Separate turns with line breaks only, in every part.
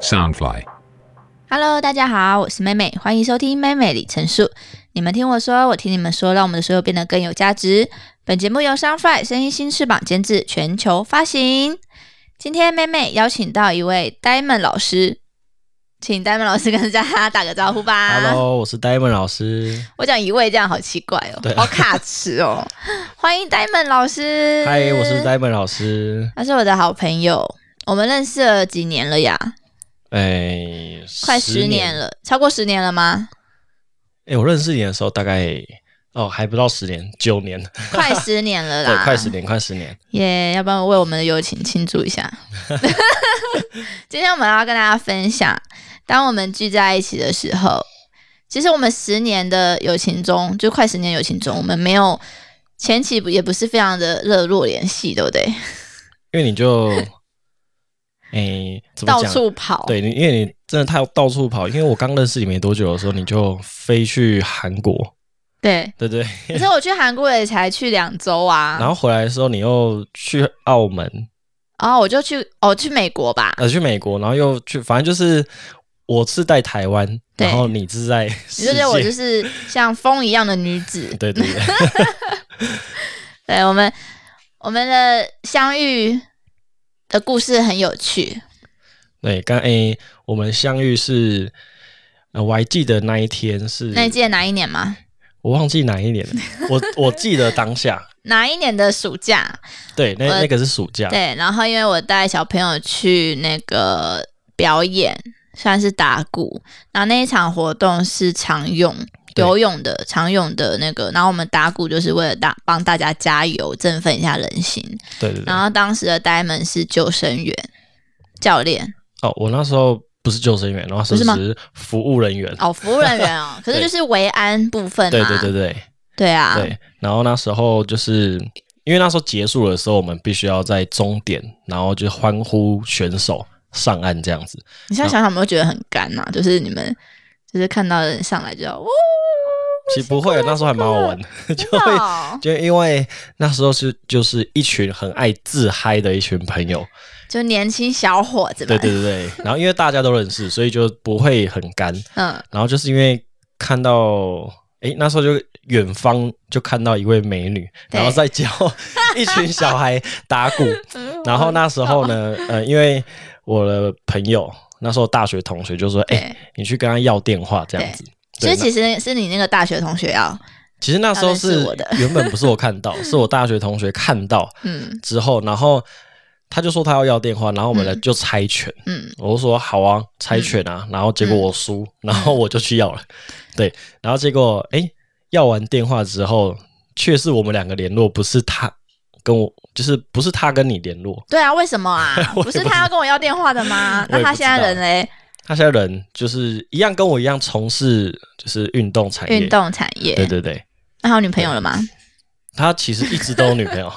Soundfly.
Hello，大家好，我是妹妹，欢迎收听妹妹李陈述。你们听我说，我听你们说，让我们的所有变得更有价值。本节目由 Sunfly 声音新翅膀监制，全球发行。今天妹妹邀请到一位 Diamond 老师，请 Diamond 老师跟大家打个招呼吧。
Hello，我是 Diamond 老师。
我讲一位这样好奇怪哦，好卡词 哦。欢迎 Diamond 老师，
嗨，我是 Diamond 老师。
他是我的好朋友，我们认识了几年了呀？
哎，
快十年。了，超过十年了 吗？
哎，我认识你的时候大概哦还不到十年，九年，
快十年了
对
啦，，
快十年，快十年。
耶要不然为我们的友情庆祝一下。 今天我们要跟大家分享，当我们聚在一起的时候，其实我们十年的友情中，就快十年友情中，我们没有前期不也不是非常的热络联系，对不对？
因为 你就哎怎么
到
讲？
处跑，
对，你因为你真的太到处跑。因为我刚认识你没多久的时候，你就飞去韩国，
对。
对不对？
可是我去韩国也才去两周啊，
然后回来的时候，你又去澳门，
然后我就去哦去美国吧，
呃，去美国，然后又去，反正就是我是在台湾，
对
然后你是在世
你
界
就觉得我就是像风一样的女子，
对对对，
对我们我们的相遇的故事很有趣，
对，刚诶、我们相遇是，呃，我还记得那一天是，
那你记得哪一年吗？
我忘记哪一年了，我我记得当下，
哪一年的暑假？
对，那
我
那个是暑假，
对，然后因为我带小朋友去那个表演，算是打鼓，然后那一场活动是常用
对
游泳的常用的那个，然后我们打鼓就是为了大帮大家加油，振奋一下人心。
对对对
然，后当时的 Diamond 是救生员教练
哦，我那时候不是救生员，然后是
不是吗
只是服务人员，
哦，服务人员 哦，可是就是维安部分嘛，啊
对对对对
对啊，
对，然后那时候就是。因为那时候结束的时候，我们必须要在终点，然后就欢呼选手上岸这样子。
你现在想想，有没有觉得很干呐、就是你们就是看到人上来就要，哇，
其实不会，那时候还蛮好玩的， 就
真的
会
哦
就因为那时候是就是一群很爱自嗨的一群 朋友，
就年轻小伙子们，
对对对对。然后因为大家都认识，所以就不会很干。
嗯，
然后就是因为看到，诶，那时候就远方就看到一位美女，
对
然后在教一群小孩打 鼓。然后那时
哦
候呢，呃，因为我的朋友那时候大学同学就说，诶，
对
你去跟他要电话这样子。
哦所以
对
其实是你那个大学同学啊要，
其实那时
他
候
认
是
识我的
原本不是我看到，是我大学同学看到，
嗯
之后，然后他就说他要要电话，然后我们呢
嗯
就猜拳，
嗯，
我就说好啊，猜拳啊，然后结果我输，然后我就去要
嗯
了，对，然后结果诶，要完电话之后，却是我们两个联络，不是他跟我，就是不是他跟你联络，
对啊，为什么啊？
我也
不是他要跟我要电话的吗？
我
那
也不知道
他现在人嘞？
他现在人就是一样跟我一样从事就是运动产业，
运，动产业，
哎对对对，
那他有女朋友了吗？
他其实一直都有女 朋友，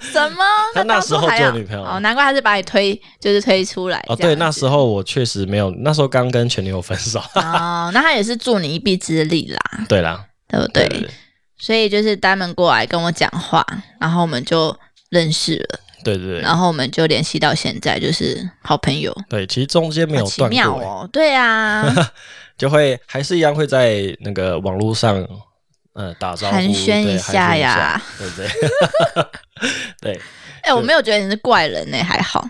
什么？
他
当
那时
初
候
还
就有
要
女朋友
哦，难怪他是把你推，就是推出来
哦，
这样
对，
子
那时候我确实没有，那时候刚跟前女友 分手，
哦，那他也是助你一臂之力啦，
对啦，
对不对？
对对
所以就是丹门过来跟我讲话，然后我们就认识了，
对对对。
然后我们就联系到现在，就是好朋友。
对，其实中间没
好
有
奇
断
妙
过、欸
哦，对 啊，
就会还是一样会在那个网络上，呃，打招呼，
寒暄
对
一下呀，
寒暄一下对不对？ 对，
哎、我没有觉得你是怪人呢、还好，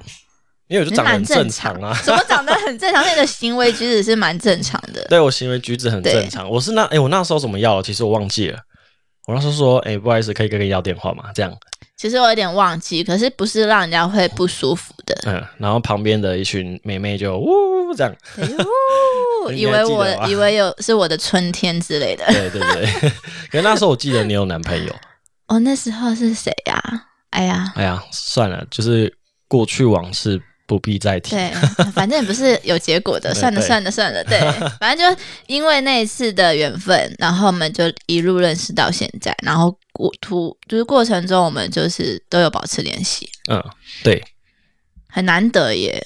因为我就
你
长得
蛮
很正
常
常啊，
怎么长得很正常？那你的行为举止是蛮正常的。
对我行为举止很正常。我是那，哎，我那时候怎么要了？其实我忘记了。我那时候说，哎，不好意思，可以跟你要电话嘛？这样，
其实我有点忘记，可是不是让人家会不舒服的。
嗯，然后旁边的一群妹妹就呜这样，
哎呦以
应该
为
记得
我
吧
以为有是我的春天之类的。
对对对。 可是那时候我记得你有男朋友，
我、哦那时候是谁呀、哎呀，
哎呀，算了，就是过去往事不必再提。
对，反正也不是有结果的，
对
算了
对
算了算了，对，反正就因为那一次的缘分，然后我们就一路认识到现在，然后过途就是过程中我们就是都有保持联系，
嗯，对
很难得耶，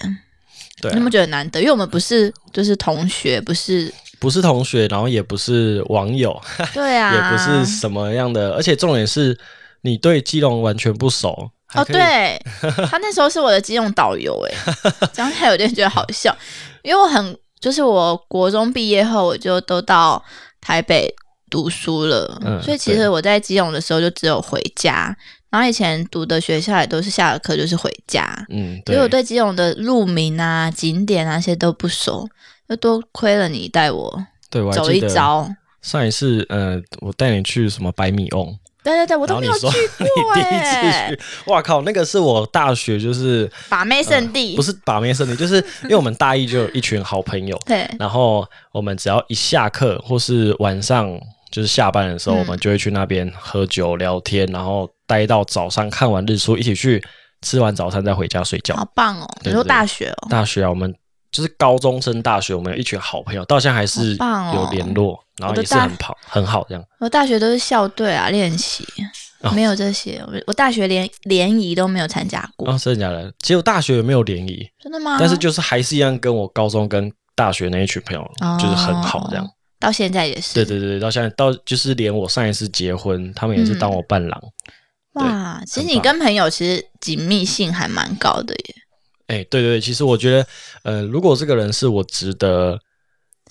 对啊、
你们觉得难得？因为我们不是就是同学，不 是
不是同学，然后也不是网友，
对
也
啊，
不是什么样的，而且重点是你对基隆完全不熟，还
哦，
可以，
对，他那时候是我的机用导游， 哎，讲起来有点觉得好笑，因为我很就是我国中毕业后我就都到台北读书了，
嗯
所以其实
对
我在基隆的时候就只有回家，然后以前读的学校也都是下了课就是回家，
嗯，
所
对
以我对基隆的路名啊、景点啊那些都不熟，就多亏了你带我
对，我还
走
记
一
得
遭。
上一次，呃，我带你去什么百米翁，
对对对，我都
然后
没
你
有去
说
过
你第一
哎、
次去，哇靠，那个是我大学就是呃
把妹圣地、
嗯不是把妹圣地，就是因为我们大一就有一群好 朋友，
对，
然后我们只要一下课或是晚上就是下班的时候，
嗯
我们就会去那边喝酒聊天，然后待到早上看完日出，一起去吃完早餐再回家睡觉
好。棒哦！
对
你说
对
大学哦，
大学啊，我们就是高中升大学，我们有一群好朋友，到现在还是
好棒哦
有联络，然后
我的
也是
大
很跑很好这样。
我大学都是校队啊练习，
哦
没有这些。我我大学连联谊都没有参加过，
哦，真的假的？只有大学没有联谊，
真的吗？
但是就是还是一样跟我高中跟大学那一群朋友
哦
就是很好这样。
到现在也是。
对对对，对到现在到就是连我上一次结婚，他们也是当我伴
嗯
郎。
哇，其实
很
你
棒
跟朋友其实紧密性还蛮高的耶，
哎、对对对，其实我觉得，呃，如果这个人是我值得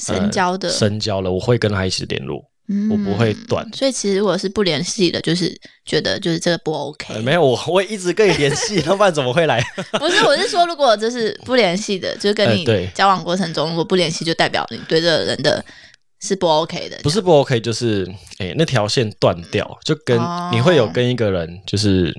呃
深交的。
深交了，我会跟他一起联络，
嗯
我不会断。
所以其实我是不联系的，就是觉得就是这个不
呃
OK。
没有，我会一直跟你联 系，要不然怎么会来？
不是，我是说，如果就是不联系的，就是跟
呃
你
对
交往过程中，如果不联系，就代表你对这个人的是不 OK 的。
不是不 OK，就是哎、那条线断掉，就跟、
哦
你会有跟一个人，就是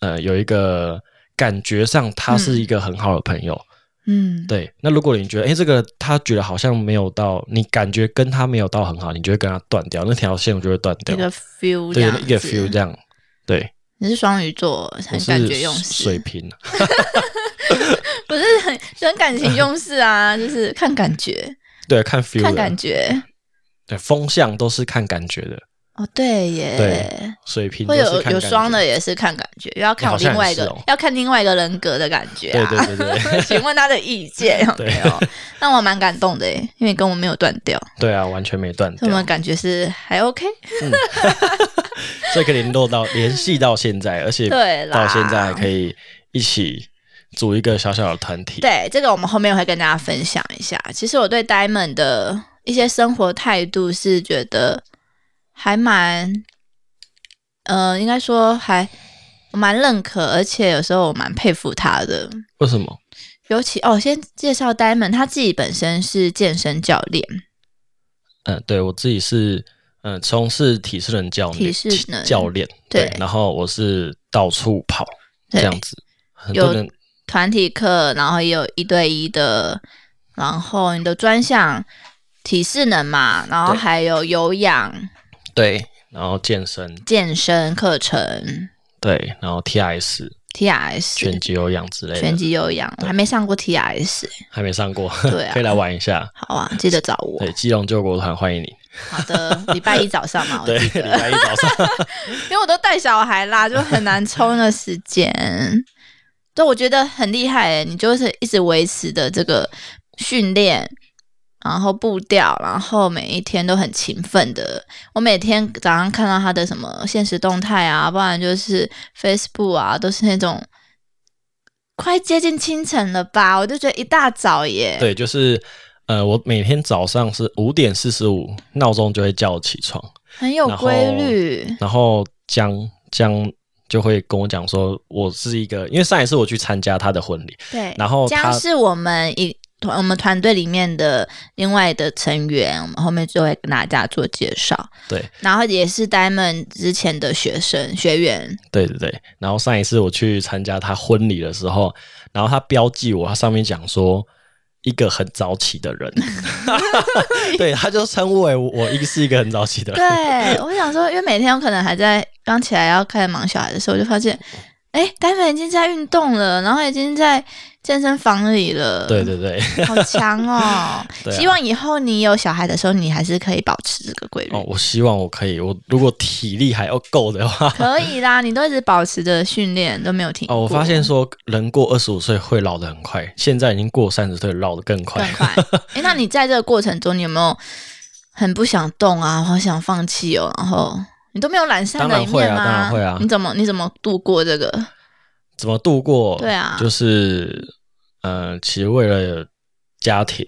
呃有一个感觉上他是一个很好的朋友，
嗯，
对。那如果你觉得哎、这个他觉得好像没有到，你感觉跟他没有到很好，你就会跟他断掉，那条线我就会断
一
掉，
个 feel，
对，
这样
一个
子
feel 这样，对，
你是双鱼座，
我
很
是
感觉用
水
事，
平，
不是很就很感情用事 啊，就是看感觉，
对，看 feel，
看
的
感觉。
对，风向都是看感觉的，
哦，对耶，
对水平
会
都是
有
看
有
感
双
觉
的，也是看感觉，又要看
好
我
像
另外一个，
也是哦
要看另外一个人格的感觉啊。
对对对
询问他的意见有没有？ 让我蛮感动的耶，因为你跟我没有断掉，
对啊，完全没断
所以
掉
我，们感觉是还 OK。
所以可以联络到联系到现在，而且
对啦，
到现在还可以一起组一个小小的团体。
对，这个我们后面会跟大家分享一下。其实我对 Diamond 的一些生活态度是觉得还蛮，呃，应该说还我蛮认可，而且有时候我蛮佩服他的。
为什么？
尤其哦，先介绍 Diamond，他自己本身是健身教练，
嗯，对我自己是嗯从事体适能教
体
练，
适能
教练
对
然后我是到处跑这
对
样子，很多人
团体课，然后也有一对一的，然后你的专项体适能嘛，然后
对
还有有氧
对，然后健身
健身课程。
对，然后 TIS
TRS
拳击有氧之类
拳
的，
击有氧，我还没上过 TRS，
还没上过，
对啊
可以来玩一下。
好啊，记得找我。
对，基隆救国团欢迎你。
好的，礼拜一早 上嘛，我
对，
哦记
礼
得，
拜一 早上，
因为我都带小孩啦，就很难抽那个时间。 对，我觉得很厉害诶，你就是一直维持的这个训练，然后步调，然后每一天都很勤奋的。我每天早上看到他的什么现实动态啊，不然就是 Facebook 啊，都是那种快接近清晨了吧，我就觉得一大早耶。
对，就是呃，我每天早上是五点四十五闹钟就会叫我起床，
很有
然后
规律。
然后江江就会跟我讲说，我是一个，因为上一次我去参加他的婚礼，
对，
然后他
江是我们一团我们团队里面的另外的成员，我们后面就会跟大家做介绍。
对，
然后也是 Diamond 之前的学生学 员，
对对对，然后上一次我去参加他婚礼的时候，然后他标记我，他上面讲说。一个很早起的 人，对，他就称呼为我一是一个很早起的
对
人，
我想说，因为每天我可能还在刚起来要开始忙小孩的时候，我就发现，哎，Diamond 已经在运动了，然后已经在健身房里了，
对对对，
好强哦！
对啊
希望以后你有小孩的时候，你还是可以保持这个规律。
哦，我希望我可以，我如果体力还要够的 话，
可以啦，你都一直保持着训练，都没有停
哦，我
过
发现说人过二十五岁会老得很快，现在已经过三十岁，老得更快。
更快。 哎、那你在这个过程中，你有没有很不想动啊，好想放弃哦？然后你都没有懒散的一面
当然会啊当
吗？
然会啊
你怎么你怎么度过这个？
怎么度过？
对啊
就是呃，其实为了家庭，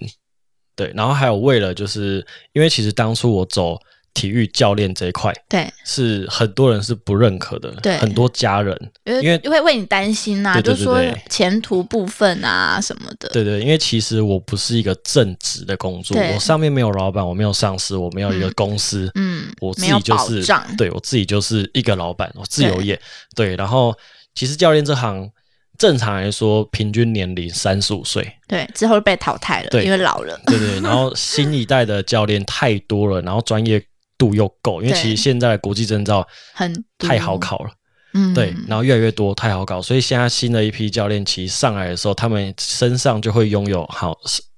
对，然后还有为了就是因为其实当初我走体育教练这一块，
对，
是很多人是不认可的，
对
很多家人，
因
因为
为会为你担心呐、
对对
就
对
说
对
前途部分啊什么的，
对对，因为其实我不是一个正职的工作，
对
我上面没有老板，我没有上司，我没有一个
嗯
公司，
嗯
我自
没有
己就
保
是
障
对我自己就是一个老板，我自由业，对，然后其实教练这行。正常来说，平均年龄三十五岁，
对，之后被淘汰了，
对
因为老了，
对对，然后新一代的教练太多了，然后专业度又够，因为
对
其实现在的国际证照
很多
太好，考了，
嗯，
对，然后越来越多太好考，所以现在新的一批教练其实上来的时候，他们身上就会拥有好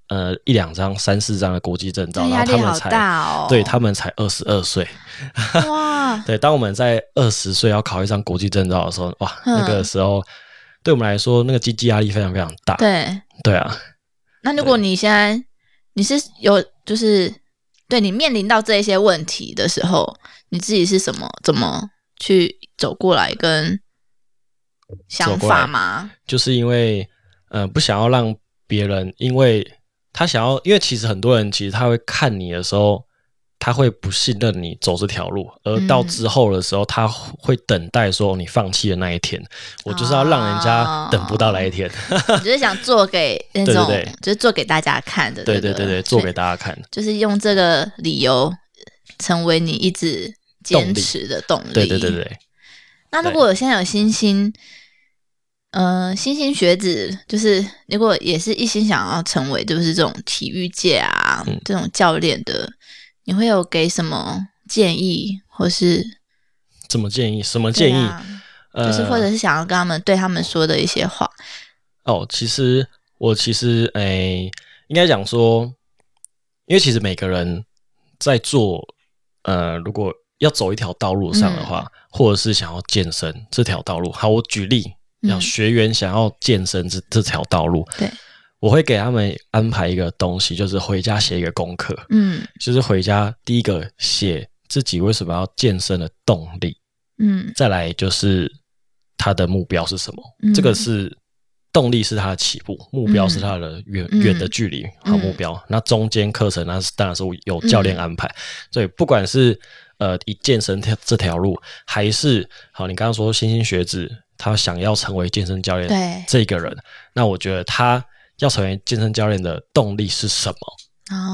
呃一两张、三四张的国际证照，
这
然
压
后他
力
们
好
才。
大哦，
对他们才二十二岁，
哇，
对，当我们在二十岁要考一张国际证照的时候，哇，
嗯
那个时候对我们来说，那个经济压力非常非常大。
对，
对啊，
那如果你现在你是有就是对你面临到这一些问题的时候，你自己是什么怎么去走过来跟想
走过
法
来
吗？
就是因为呃不想要让别人，因为他想要，因为其实很多人其实他会看你的时候，他会不信任你走这条路，而到
嗯
之后的时候，他会等待说你放弃的那一天。我就是要让人家等不到那一天。
你就是想做给那
对对
种，
对
就是做给大家看的、
对
对
对
不
对对，
所
做
以
给大家看。
就是用这个理由成为你一直坚持的动力。
对对对。对，
那如果有现在有星星，呃，星星学子，就是如果也是一心想要成为就是这种体育界啊、
嗯
这种教练的，你会有给什么建议，或是
怎么建议？什么建
对
议？呃
啊就是或者是想要跟他们对他们说的一些话？
哦，其实我其实诶、应该讲说，因为其实每个人在做呃，如果要走一条道路上的话，或者是想要健身这条道路，好，我举例，要
嗯
学员想要健身这这条道路，
对，
我会给他们安排一个东西，就是回家写一个功课，
嗯
就是回家第一个写自己为什么要健身的动力，
嗯
再来就是他的目标是什么，
嗯
这个是动力是他的起步，目标是他的远
嗯嗯
远、的距离和目标。那中间课程那是当然是有教练安排，所以不管是呃以健身这这条路，还是好你刚刚说新兴学子他想要成为健身教练
对
这个人，那我觉得他要成为健身教练的动力是什么？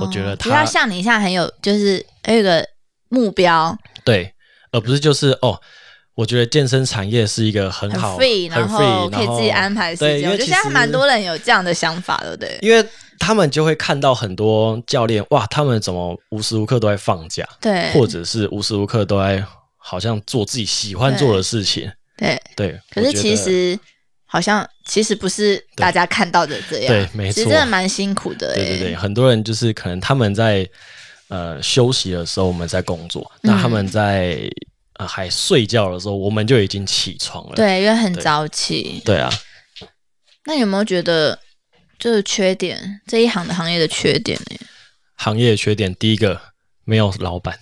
我觉得
哦只
他
要像你一样很有，就是还有一个目标，
对，而不是就是哦。我觉得健身产业是一个很
很
好、
free，然后
free，
可以自己安排时
对，
间。
因
我
为
觉得
其
现在
实
蛮多人有这样的想法，对不对？
因为他们就会看到很多教练，哇，他们怎么无时无刻都在放假，
对，
或者是无时无刻都在好像做自己喜欢做的事情。
对。
对，
可是
我觉得
其实好像其实不是大家看到的这样，
对没
其实
错
真的蛮辛苦的、欸。
对对对，很多人就是可能他们在呃休息的时候我们在工作，那他们在、呃还睡觉的时候我们就已经起床了。
对因为很早起。
对啊，
那有没有觉得就是缺点这一行的行业的缺点呢、
行业的缺点第一个没有老板，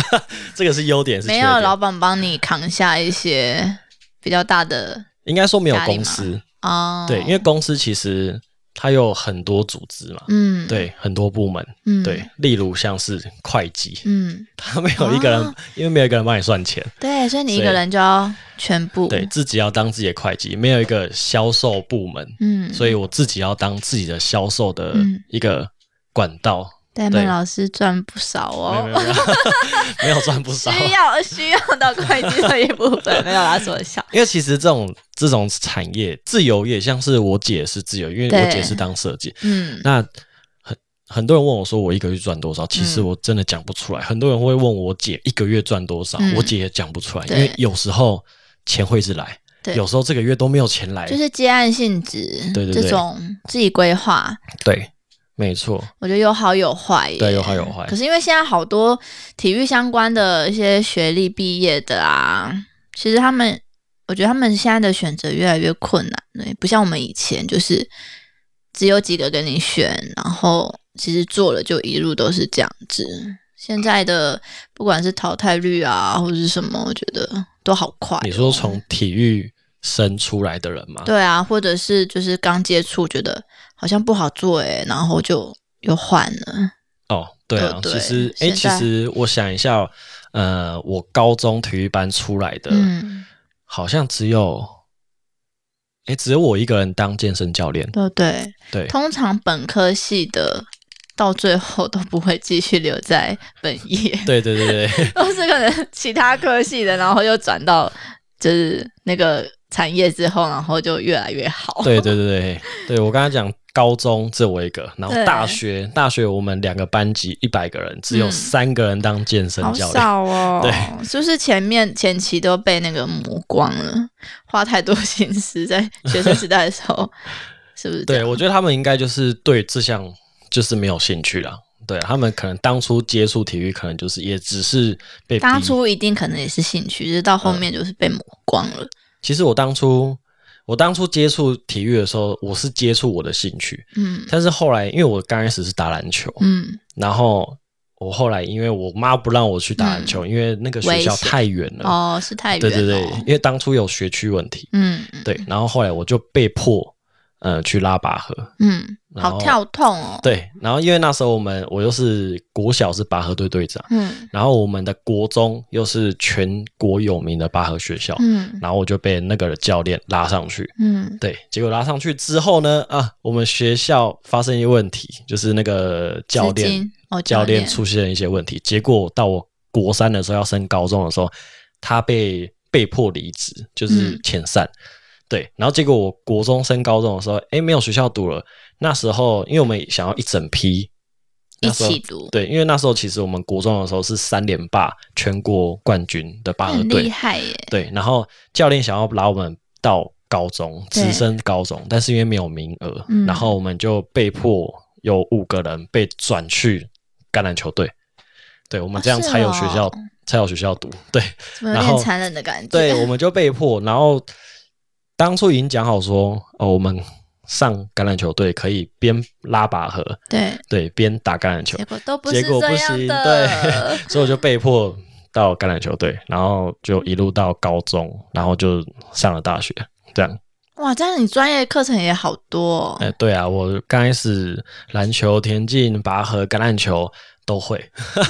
这个是优点，是缺
没
点
有老板帮你扛下一些比较大的
应该说没有
压力
公
吗
司，
哦，
对，因为公司其实它有很多组织嘛，
嗯，，
对，很多部门，
嗯，
对，，例如像是会计，
嗯。
他没有一个人，
哦嗯
因为没有一个人帮你算钱，
对，所以你一
所以
个人就要全部
对，自己要当自己的会计，没有一个销售部门，
嗯，
所以我自己要当自己的销售的
嗯
一个管道，
戴
对
曼老师赚不少哦
没有，没有没有没有赚 不少。
需要需要到会计这一部分，没有啦，说笑，
因为其实这种这种产业，自由业像是我姐是自由，因为我
对
姐是当设计，
嗯，
那很很多人问我说我一个月赚多少，其实
嗯
我真的讲不出来。很多人会问我姐一个月赚多少，
嗯
我姐也讲不出来，因
对
为有时候钱会一直来，
对
有时候这个月都没有钱来，
就是接案性质，
对对对
这种自己规划，
对，没错，
我觉得有好有坏耶，
对有好有坏
可是因为现在好多体育相关的一些学历毕业的啊，其实他们，我觉得他们现在的选择越来越困难了，不像我们以前就是只有几个给你选，然后其实做了就一路都是这样子。现在的不管是淘汰率啊，或者是什么，我觉得都好快哦、
你说从体育生出来的人嘛。
对啊，或者是就是刚接触，觉得好像不好做诶、然后就又换了。
哦，对啊，
对
其实哎、
现
其
在
实我想一下哦，呃，我高中体育班出来的，
嗯，
好像只有，哎、只有我一个人当健身教练。
对对，
对，
通常本科系的到最后都不会继续留在本业，
对对对对
都是可能其他科系的，然后又转到就是那个产业之后，然后就越来越好。
对对对对，对我刚才讲高中只有我一个，然后
对
大学大学我们两个班级一百个人，只有
嗯
三个人当健身
好
教练。
少哦，
对，
就是前面前期都被那个磨光了，花太多心思在学生时代的时候，是不是这
对，
样？
我觉得他们应该就是对这项就是没有兴趣了。对他们可能当初接触体育，可能就是也只是被逼呃
当初一定可能也是兴趣，就是到后面就是被磨光了。
其实我当初我当初接触体育的时候，我是接触我的兴趣，
嗯
但是后来因为我刚开始是打篮球，
嗯，
然后我后来因为我妈不让我去打
嗯
篮球，因为那个学
危
校
险
太远了。
哦，是太远、
对
了。
对对，因为当初有学区问题，
嗯嗯
对，然后后来我就被迫呃去拉拔河，
嗯，
然
好
后
跳痛哦。
对，然后因为那时候我们我又是国小是拔河队队长，
嗯
然后我们的国中又是全国有名的拔河学校，
嗯
然后我就被那个教练拉上去，
嗯
对，结果拉上去之后呢，啊，我们学校发生一些问题，就是那个教
资
练
金哦
教
教
练
练
出现一些问题，结果到我国三的时候要升高中的时候，他被被迫离职，就是
嗯
遣散。对，然后结果我国中升高中的时候，诶，没有学校读了。那时候因为我们想要一整批
一
那时候
起读
对，因为那时候其实我们国中的时候是三连霸全国冠军的拔河
很
队
哎厉，害耶。
对，然后教练想要拉我们到高中，
对
直升高中，但是因为没有名额，
嗯
然后我们就被迫有五个人被转去橄榄球队。对，我们
哦
这样
是
才有学
哦
校，才有学校读。 对，
怎么有
然
点
后
残忍的感觉？
对，我们就被迫。然后当初已经讲好说，哦，我们上橄榄球队可以边拉拔河，
对，
对，边打橄榄球
结。果都不
结
是
果
这
不
样
行，
的
对。， 所以我就被迫到橄榄球队，然后就一路到高中，然后就上了大学。这样，
哇，这样你专业课程也好多、哦。
哎、对啊，我刚开始篮球、田径、拔河、橄榄球都会。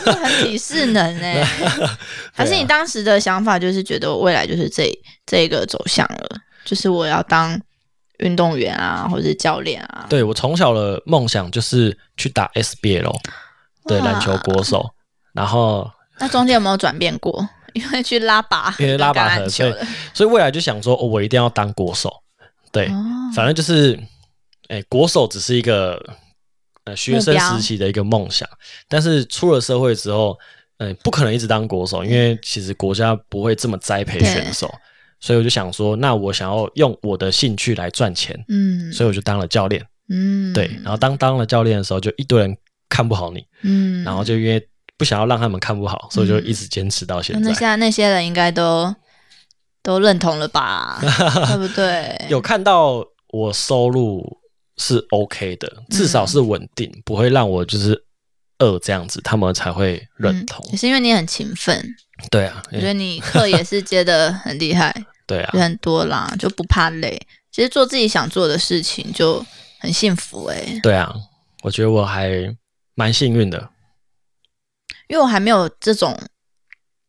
这很体适能 哎、
啊
还是你当时的想法就是觉得我未来就是这这一个走向了，就是我要当运动员啊，或者是教练啊。
对我从小的梦想就是去打 SBL，对
哇
篮球国手，然后
那中间有没有转变过？ 因为去拉拔，
因为拉拔
橄
河，
榄
所
球
以
的
所以未来就想说，哦、我一定要当国手。对，
哦，
反正就是，哎、国手只是一个呃学生时期的一个梦想，但是出了社会之后，嗯、不可能一直当国手，因为其实国家不会这么栽培选手，所以我就想说，那我想要用我的兴趣来赚钱，
嗯
所以我就当了教练。
嗯，
对，然后当当了教练的时候，就一堆人看不好你，
嗯，
然后就因为不想要让他们看不好，所以就一直坚持到现
那
在。
现在那些人应该都都认同了 吧，对不对？
有看到我收入是 OK 的，至少是
嗯
稳定，不会让我就是饿这样子，他们才会认同。
嗯也是因为你很勤奋，
对啊，
我觉得你课也是接的很厉害。
对啊，
人很多啦，就不怕累。其实做自己想做的事情就很幸福欸诶、
对啊，我觉得我还蛮幸运的。
因为我还没有这种，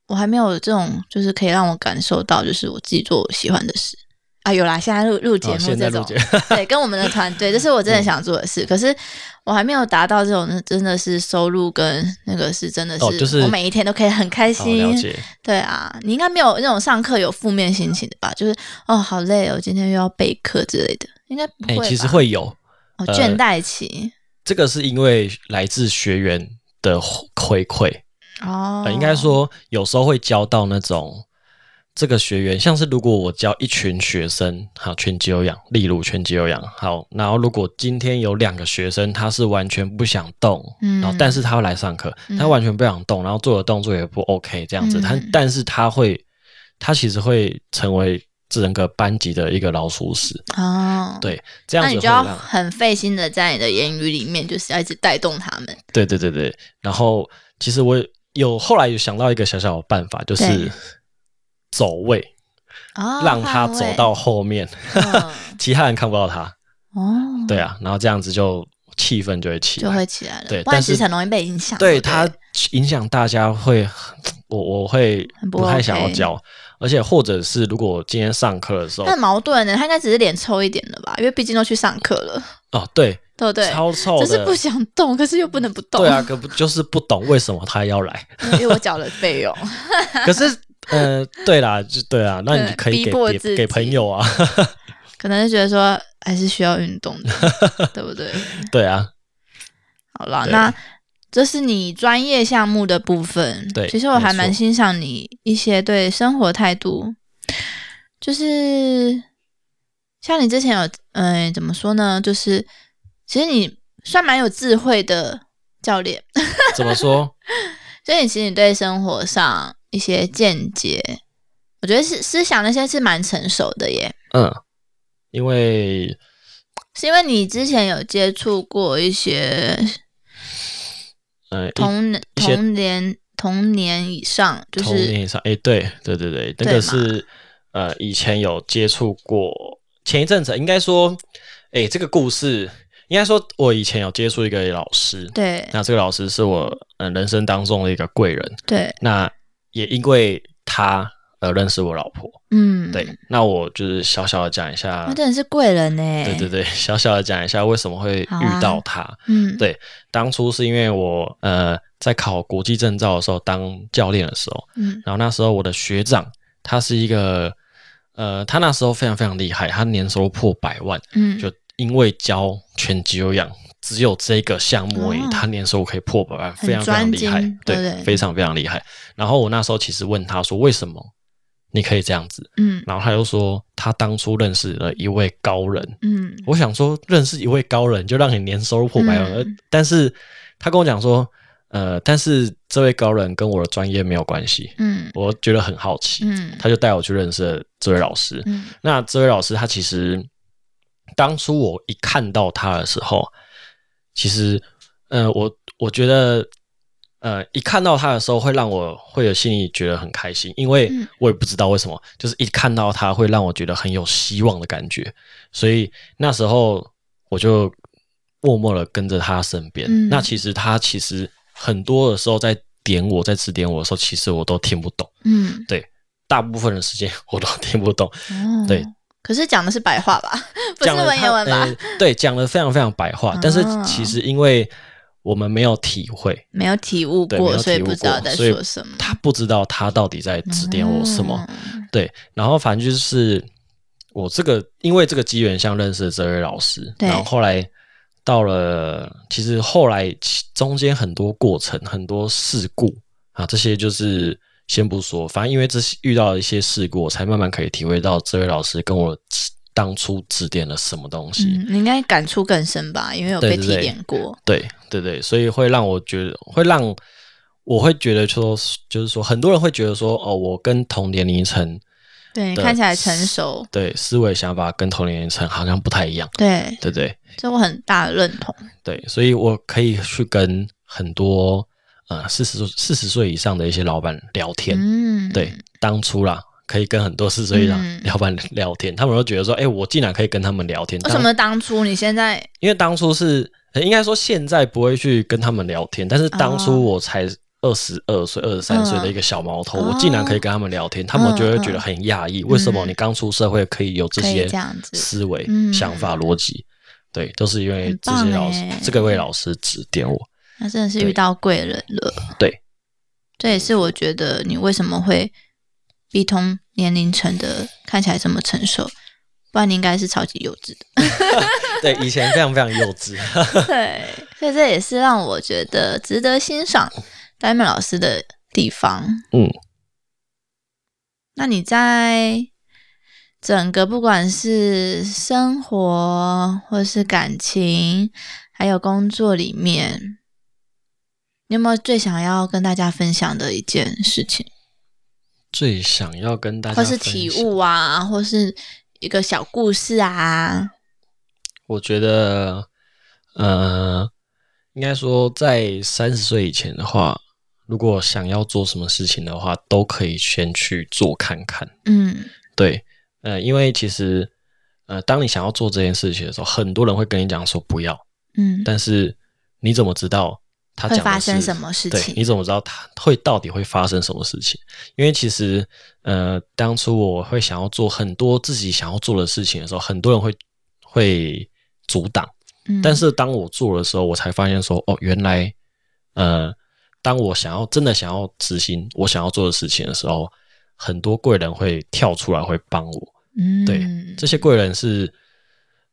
我还没有这种，就是可以让我感受到，就是我自己做我喜欢的事啊。有啦，现在录录节
哦
目
现在
这
录
种，
节目
对，跟我们的团 队，这是我真的想做的事。可是我还没有达到这种，真的是收入跟那个是真的是，
哦就是
我每一天都可以很开
好了
心，
解，
对啊，你应该没有那种上课有负面心情的吧？就是哦，好累哦，今天又要备课之类的，应该不
哎、
会吧、
其实会有
哦，
呃
倦怠期、
这个是因为来自学员的回馈，
哦，
呃，应该说有时候会教到那种这个学员，像是如果我教一群学生，好拳击有氧，例如拳击有氧，好，然后如果今天有两个学生他是完全不想动，
嗯
然后但是他会来上课，他
嗯
完全不想动，然后做的动作也不 OK 这样子，他
嗯
但是他会，他其实会成为整个班级的一个老鼠屎，
哦，，
对，这样
那
子
你
会
就要
让
很费心的在你的言语里面，就是要一直带动他们。
对对对对，然后其实我有后来有想到一个小小的办法，就
对
是走位。
哦
让他走到后面，
嗯
其他人看不到他。
哦，
对啊，然后这样子就气氛就会起
就
来，
会起来了，
对
不然
但是
其实很容易被影响。不
对他影响大家会，我我会
很不
不太想要
OK
教，而且或者是如果今天上课的时候，
但矛盾呢，他应该只是脸臭一点了吧？因为毕竟都去上课了，
哦对，
对不对？
超臭
就
的，
是不想动，可是又不能不动，
对啊，可不就是不懂为什么他要来？
因为我缴了费用。
可是呃，对啦，就对啊，那你
对
可以
逼
给
迫自
给给朋
己
友啊，
可能是觉得说还是需要运动的，对不对？
对啊，
好啦，
对
那这是你专业项目的部分。
对
其实我还蛮
没错
欣赏你一些对生活态度，就是像你之前有，嗯、怎么说呢？就是其实你算蛮有智慧的教练，
怎么说？
所以其实你对生活上一些见解，我觉得是思想那些是蛮成熟的耶。
嗯，因为
是因为你之前有接触过一些
呃，一
同年
一些
同年同年以上，就
童
是
年以上，哎、对对对对，那
对嘛
个是呃，以前有接触过，前一阵子应该说，哎、这个故事应该说，我以前有接触一个老师，
对
那这个老师是我呃人生当中的一个贵人，
对，
那也因为他呃认识我老婆，
嗯，哦
对，，那我就是小小的讲一下
他，真的是贵人呢。
对对，对，小小的讲一下为什么会
好啊
遇到他，
嗯，
对当初是因为我呃在考国际证照的时候当教练的时候。
嗯
然后那时候我的学长，他是一个，呃，他那时候非常非常厉害，他年收入破百万，
嗯，
就因为教拳击有氧，只有这个项目而已，
哦
他年收入可以破百万，
很
非常非常厉害
专精，对不对
非常非常厉害。然后我那时候其实问他说，为什么你可以这样子？
嗯
然后他就说，他当初认识了一位高人。
嗯
我想说，认识一位高人就让你年收入破百万，
嗯
而但是他跟我讲说，呃，但是这位高人跟我的专业没有关系，
嗯
我觉得很好奇，
嗯，
他就带我去认识了这位老师。
嗯
那这位老师他其实当初我一看到他的时候，其实，呃，我我觉得，呃，一看到他的时候会让我会有心里觉得很开心，因为
嗯
我也不知道为什么，就是一看到他会让我觉得很有希望的感觉，所以那时候我就默默的跟着他身边。
嗯
那其实他其实很多的时候在点我，在指点我的时候，其实我都听不懂。
嗯，
大部分的时间我都听不懂，
哦
对。
可是讲的是白话吧， 不是
讲了
文言
他
文吧？
呃对，讲的非常非常白话，但是
啊
其实因为我们没有体会，
没有体悟
对，没
过，
有
所以
体
不
悟
知道
过，
在
所以
说什么。
他不知道他到底在指点我什么。
嗯？
对，然后反正就是我这个因为这个机缘像认识了这位老师，
对
然后后来到了，其实后来其中间很多过程、很多事故啊，这些就是先不说，反正因为这些遇到了一些事故，我才慢慢可以体会到这位老师跟我指当初指点了什么东西。
嗯，你应该感触更深吧，因为有
对
被
对
提
对
点过。
对对对，所以会让我觉得，会让我会觉得说，就是说，很多人会觉得说，哦，我跟同年龄层
对，
的
看起来成熟，
对思维想法跟同年龄层好像不太一样，
对，
对不对
这我很大的认同。
对，所以我可以去跟很多呃四十四十岁以上的一些老板聊天，
嗯，
对，当初啦。可以跟很多四十岁以
嗯
上老板聊天，他们都觉得说，哎、我竟然可以跟他们聊天。
为什
当
么当初你现在
因为当初是呃应该说现在不会去跟他们聊天，但是
哦
当初我才二十二岁、二十三岁的一个小毛头，
哦嗯
我竟然可以跟他们聊天，他们就会觉得很讶异，为什么你刚出社会可以有这
可以
些
这样子
思维、
嗯
想法、逻辑？对，都是因为
很
这
棒
些老师
欸，
这个位老师指点我。
那真的是
对
遇到贵人了。
对，
这也是我觉得你为什么会比同年龄层的看起来这么成熟，不然你应该是超级幼稚的。
对，以前非常非常幼稚，
对，所以这也是让我觉得值得欣赏 Diamond 老师的地方。
嗯，
那你在整个不管是生活或是感情，还有工作里面，你有没有最想要跟大家分享的一件事情，
最想要跟大家
或是
分享
体悟啊，或是一个小故事啊？
我觉得，呃，应该说在三十岁以前的话，如果想要做什么事情的话，都可以先去做看看。
嗯
对，呃，因为其实呃，当你想要做这件事情的时候，很多人会跟你讲说不要，
嗯，
但是你怎么知道他
会
讲的
发生
是
什么事
对，
情
你怎么知道它会到底会发生什么事情？因为其实，呃，当初我会想要做很多自己想要做的事情的时候，很多人会会阻挡。
嗯
但是当我做的时候，我才发现说，哦，原来，呃，当我想要真的想要执行我想要做的事情的时候，很多贵人会跳出来会帮我。
嗯，
对这些贵人是，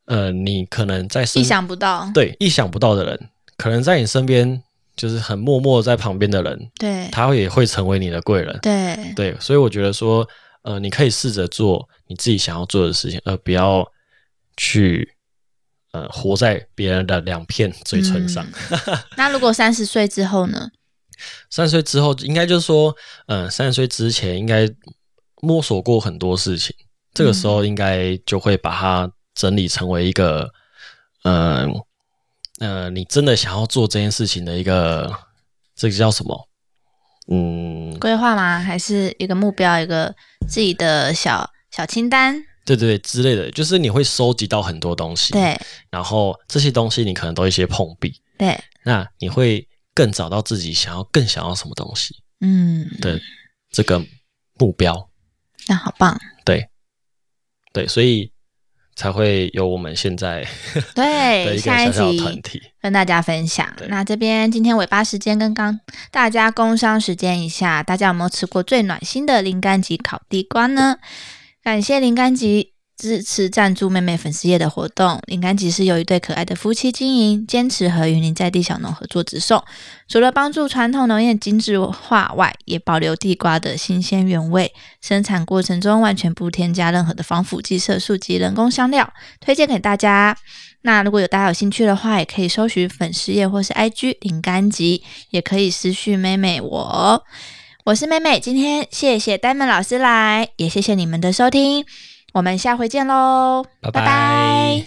呃，你可能在身
意想不到，
对意想不到的人，可能在你身边就是很默默在旁边的人，
对
他也会成为你的贵人。
对
对所以我觉得说，呃，你可以试着做你自己想要做的事情，而不要去呃活在别人的两片嘴唇上。
那如果三十岁之后呢？
三十岁之后，应该就是说，嗯，三十岁之前应该摸索过很多事情，这个时候应该就会把它整理成为一个，嗯、呃，你真的想要做这件事情的一个，这个叫什么？嗯，
规划吗？还是一个目标，一个自己的小小清单？
对对对，之类的，就是你会收集到很多东西，，
对
然后这些东西你可能都有一些碰壁，
对，
那你会更找到自己想要更想要什么东西
嗯，
的这个目标，
那好棒。
对，所以才会有我们现在的
对，
一个
下
小
一
小的团
集
体。
跟大家分享
对。
那这边今天尾巴时间跟刚大家工商时间一下，大家有没有吃过最暖心的林甘吉烤地瓜呢？感谢林甘吉支持赞助妹妹粉丝页的活动。林甘吉是由一对可爱的夫妻经营，坚持和云林在地小农合作直送，除了帮助传统农业精致化外，也保留地瓜的新鲜原味。生产过程中完全不添加任何的防腐剂、色素及人工香料，推荐给大家。那如果有大家有兴趣的话，也可以搜寻粉丝页或是 IG 林甘吉，也可以私讯妹妹我哦。我是妹妹，今天谢谢丹门老师来，也谢谢你们的收听，我们下回见喽，
拜
拜
拜
拜